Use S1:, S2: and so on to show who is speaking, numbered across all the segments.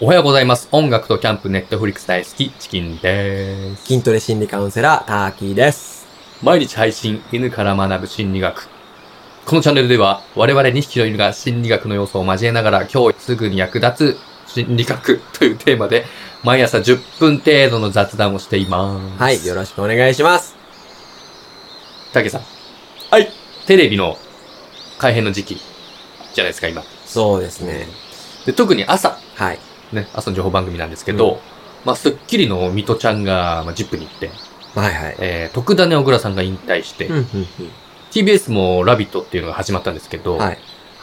S1: おはようございます。音楽とキャンプ、ネットフリックス大好き、チキンです。
S2: 筋トレ心理カウンセラー、ターキーです。
S1: 毎日配信、犬から学ぶ心理学。このチャンネルでは、我々2匹の犬が心理学の要素を交えながら、今日すぐに役立つ心理学 というテーマで、毎朝10分程度の雑談をしています。
S2: はい、よろしくお願いします。
S1: 竹さん。はい。テレビの改編の時期じゃないですか、今。
S2: そうですね。
S1: で特に朝、
S2: はい。
S1: ね、朝の情報番組なんですけど、まあ、スッキリのミトちゃんが、まあ、ジップに行って、
S2: はいはい。
S1: えー、徳田ね小倉さんが引退して、
S2: うんうん
S1: TBS もラビットっていうのが始まったんですけ
S2: う
S1: ど、
S2: ん。はい。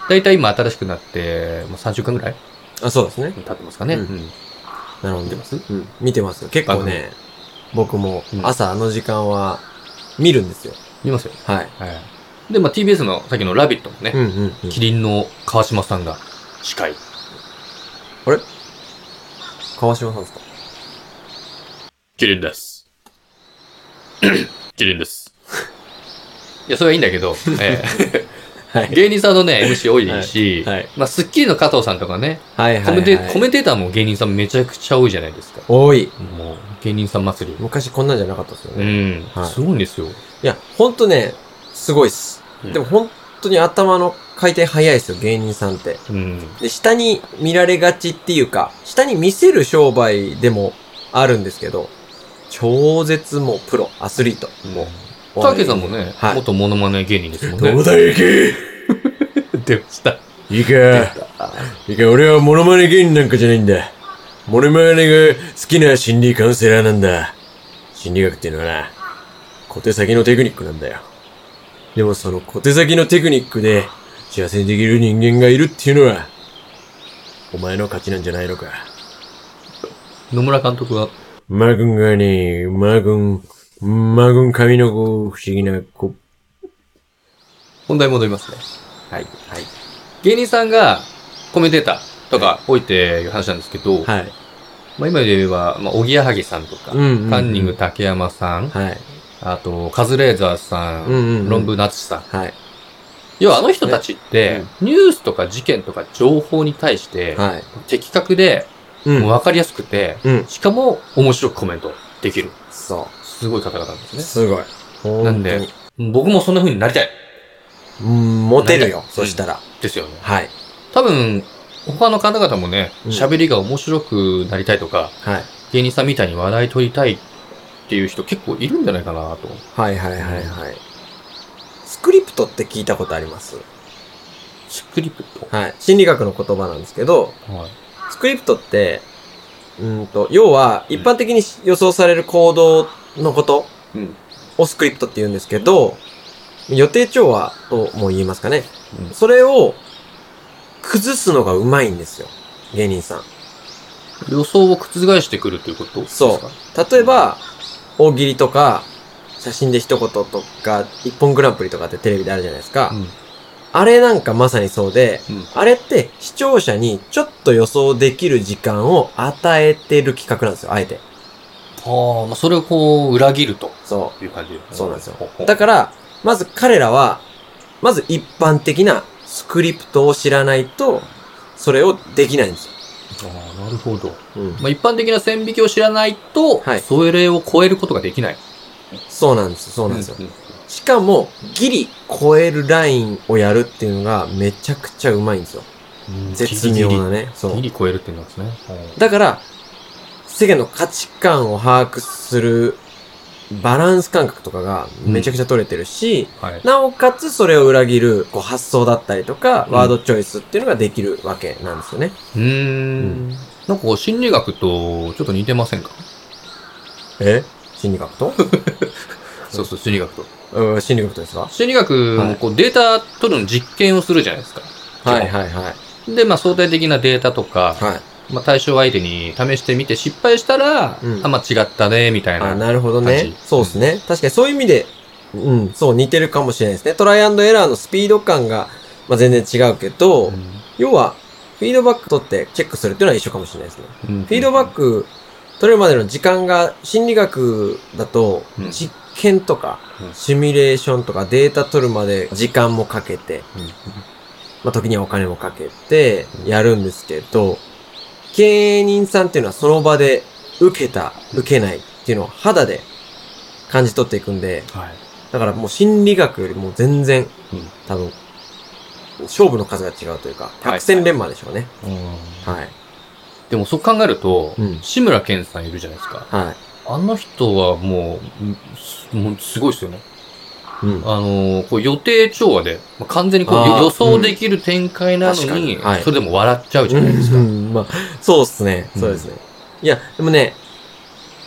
S1: だいたい今新しくなって、もう3週間ぐらい
S2: あ、そうですね。
S1: 経ってますかね。
S2: うん
S1: うん
S2: なるほ
S1: 見て
S2: ど
S1: ま。す
S2: うん。見てますよ。結構ね、僕も
S1: うん
S2: 朝あの時間は見るんですよ。
S1: 見ますよ。
S2: はい。
S1: はい。で、まあ、TBS のさっきのラビットもね、
S2: うんうんうん。
S1: キリンの川島さんが司会。
S2: 川島さんですか
S1: キリン です。キリンです。いや、それはいいんだ けど、え
S2: は
S1: ー。芸人さんのね、MC 多いし、
S2: はい。
S1: まあ、スッキリの加藤さんとかね、
S2: はい
S1: コ
S2: は
S1: メ
S2: い
S1: ン
S2: は
S1: テ
S2: い。
S1: コメンテーターも芸人さんめちゃくちゃ多いじゃないですか。
S2: 多い。
S1: もう、芸人さん祭り。
S2: 昔こんなんじゃなかったですよ
S1: う
S2: ね。
S1: ん。
S2: はい
S1: すごいんですよ。
S2: いや、ほんとね、すごいっす。
S1: うん
S2: でもほんとに頭の回転早いですよ、芸人さんって。
S1: うん。
S2: で、下に見られがちっていうか、下に見せる商売でもあるんですけど、超絶もうプロ、アスリート。
S1: も
S2: も
S1: う。たけさんもね、
S2: はい
S1: 元モノマネ芸人ですもん ね。
S2: どうだいけ
S1: 出ました。
S2: いいか、いいか、俺はモノマネ芸人なんかじゃないんだ。モノマネが好きな心理カウンセラーなんだ。心理学っていうのはな、小手先のテクニックなんだよ。でもその小手先のテクニックで幸せにできる人間がいるっていうのは、お前の勝ちなんじゃないのか。
S1: 野村監督は、
S2: マグンがね、マグン、マグン髪の子、不思議な子。
S1: 本題戻りますね。
S2: はい、はい。
S1: 芸人さんがコメンテーターとか多いっていう話なんですけど、
S2: はい。
S1: まあ今で言えば、まあ、おぎやはぎさんとか、
S2: ん、
S1: カンニング。竹山さん、
S2: はい。
S1: あと、カズレーザーさん、
S2: うんうんうん
S1: 論文なつしさん。
S2: はい。
S1: 要はあの人たちって、ニュースとか事件とか情報に対して、
S2: はい。
S1: 的確で、
S2: う
S1: もう分かりやすくて、
S2: うん。
S1: しかも面白くコメントできる。
S2: そ
S1: すごい方々なんです
S2: う。
S1: ね。
S2: すごい。
S1: なんで僕もそんな風になりたい
S2: うん、モテるよ
S1: なん。で
S2: そしたら。
S1: ですよね。
S2: はい。
S1: 多分、他の方々もね、
S2: うん
S1: 喋、りが面白くなりたいとか、
S2: はい。
S1: 芸人さんみたいに話題取りたいっていう人結構いるんじゃないかなと。
S2: はいはいはいはい。スクリプトって聞いたことあります
S1: スクリプト。
S2: はい。心理学の言葉なんですけど、
S1: はい。
S2: スクリプトって、うんと、要は、一般的に予想される行動のこと
S1: うん
S2: をスクリプトって言うんですけど、予定調和とも言いますかね。
S1: うん
S2: それを崩すのがうまいんですよ。芸人さん。
S1: 予想を覆してくるということですか
S2: そう例えば、大喜利とか、写真で一言とか、一本グランプリとかってテレビであるじゃないですか。
S1: うん。
S2: あれなんかまさにそうで、
S1: うん
S2: あれって視聴者にちょっと予想できる時間を与えてる企画なんですよ、あえて。
S1: はあ、まあ、それをこう、裏切ると
S2: そう。
S1: いう感じ。
S2: そうなんですよ
S1: ほほ
S2: だから、まず彼らは、まず一般的なスクリプトを知らないと、それをできないんですよ。
S1: ああなるほど。
S2: うん
S1: まあ、一般的な線引きを知らないと、
S2: はい
S1: それを超えることができない。
S2: そうなんですよ、そう
S1: そ
S2: なんですよ。しかも、ギリ超えるラインをやるっていうのがめちゃくちゃうまいんですよ。絶妙なね。そ
S1: ギ
S2: う。
S1: リ超えるっていうのですね。はい
S2: だから、世間の価値観を把握するバランス感覚とかがめちゃくちゃ取れてるし、
S1: はい。
S2: なおかつそれを裏切るこう発想だったりとか、
S1: うん
S2: ワードチョイスっていうのができるわけなんですよね。
S1: うーん。なんかこう、心理学とちょっと似てませんか
S2: え心理学と
S1: そうそう、心理学と。
S2: うん、心理学とですか
S1: 心理学もこう、データ取るの実験をするじゃないですか。
S2: はいはいはい。
S1: で、まあ相対的なデータとか、
S2: はい。
S1: まあ対象相手に試してみて失敗したら、
S2: うん
S1: あ、まあ違ったね、みたい
S2: あ、
S1: な。
S2: なるほど
S1: 感
S2: ね
S1: じ。
S2: そうですね。確かにそういう意味で、うん、そう似てるかもしれないですね。トライアンドエラーのスピード感が、まあ、全然違うけど、要は、フィードバック取ってチェックするっていうのは一緒かもしれないですね。
S1: うん
S2: フィードバッ。ク取れるまでの時間が、心理学だと
S1: うん、
S2: 実験とか
S1: うん、
S2: シミュレーションとかデータ取るまで時間もかけて、まあ、時にはお金もかけて
S1: うん
S2: やるんですけど、芸人さんっていうのはその場で受けた、受けないっていうのを肌で感じ取っていくんで、
S1: はい。
S2: だからもう心理学よりも全然、
S1: うん
S2: 多分、勝負の数が違うというか、百戦錬磨でしょうね。はい。
S1: でもそう考えると、
S2: うん
S1: 志村けんさんいるじゃないですか。
S2: はい。
S1: あの人はもう、んもうすごいですよね。
S2: うん。
S1: あのーこう予定調和で、まあ完全にこう
S2: あー
S1: 予想できる展開なのに、
S2: うん確かにはい
S1: それでも笑っちゃうじゃないですか。
S2: うん、まあ、そうっすね。そうですね。いや、でもね、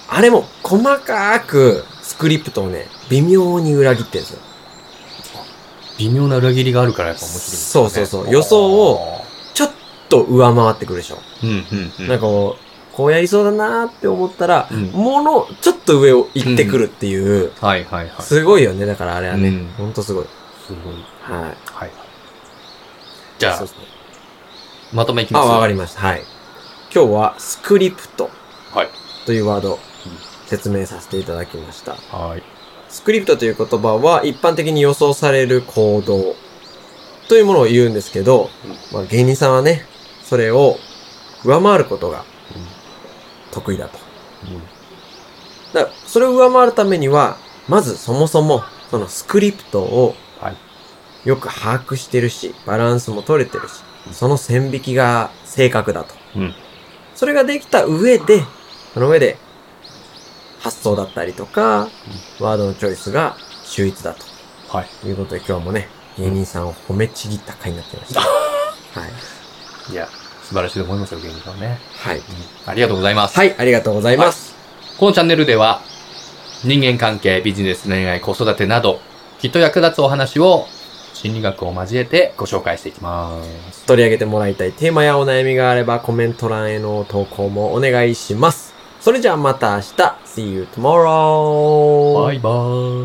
S2: あれも細かくスクリプトをね、微妙に裏切ってるんですよ。
S1: 微妙な裏切りがあるからやっぱ面白いですよね、
S2: そうそうそう予想
S1: を、
S2: ちょっと上回ってくるでしょ。
S1: うんうんうん。
S2: なんかこう、こうやりそうだなーって思ったら、
S1: うん
S2: もの、ちょっと上を行ってくるっていう、
S1: はいはいはい。す
S2: すごいよね。だからあれはね、
S1: うん
S2: ほんとすごい。
S1: ごい。
S2: はい。
S1: はい。じゃ
S2: そう
S1: あ
S2: っ、すね
S1: まとめいきま
S2: あ、
S1: す。
S2: わかりました。はい。今日はスクリプト。
S1: はい
S2: というワード、説明させていただきました。
S1: はい。
S2: スクリプトという言葉は一般的に予想される行動というものを言うんですけど、まあ、芸人さんはね、それを上回ることが得意だと。だからそれを上回るためには、まずそもそもそのスクリプトを
S1: はい
S2: よく把握してるし、バランスも取れてるし、その線引きが正確だと。
S1: うん
S2: それができた上で、その上で発想だったりとか、ワードのチョイスが秀逸だと。
S1: はい。
S2: ということで今日もね、芸人さんを褒めちぎった回になって ました。はい。
S1: いや、素晴らしいと思いますよ、芸人さんね。
S2: はい。
S1: ありがとうございます。
S2: はい、ありがとうございます。
S1: このチャンネルでは、人間関係、ビジネス、恋愛、子育てなど、きっと役立つお話を、心理学を交えてご紹介していきます。
S2: 取り上げてもらいたいテーマやお悩みがあればコメント欄への投稿もお願いします。それじゃあまた明日 !See you tomorrow!
S1: バイバーイ。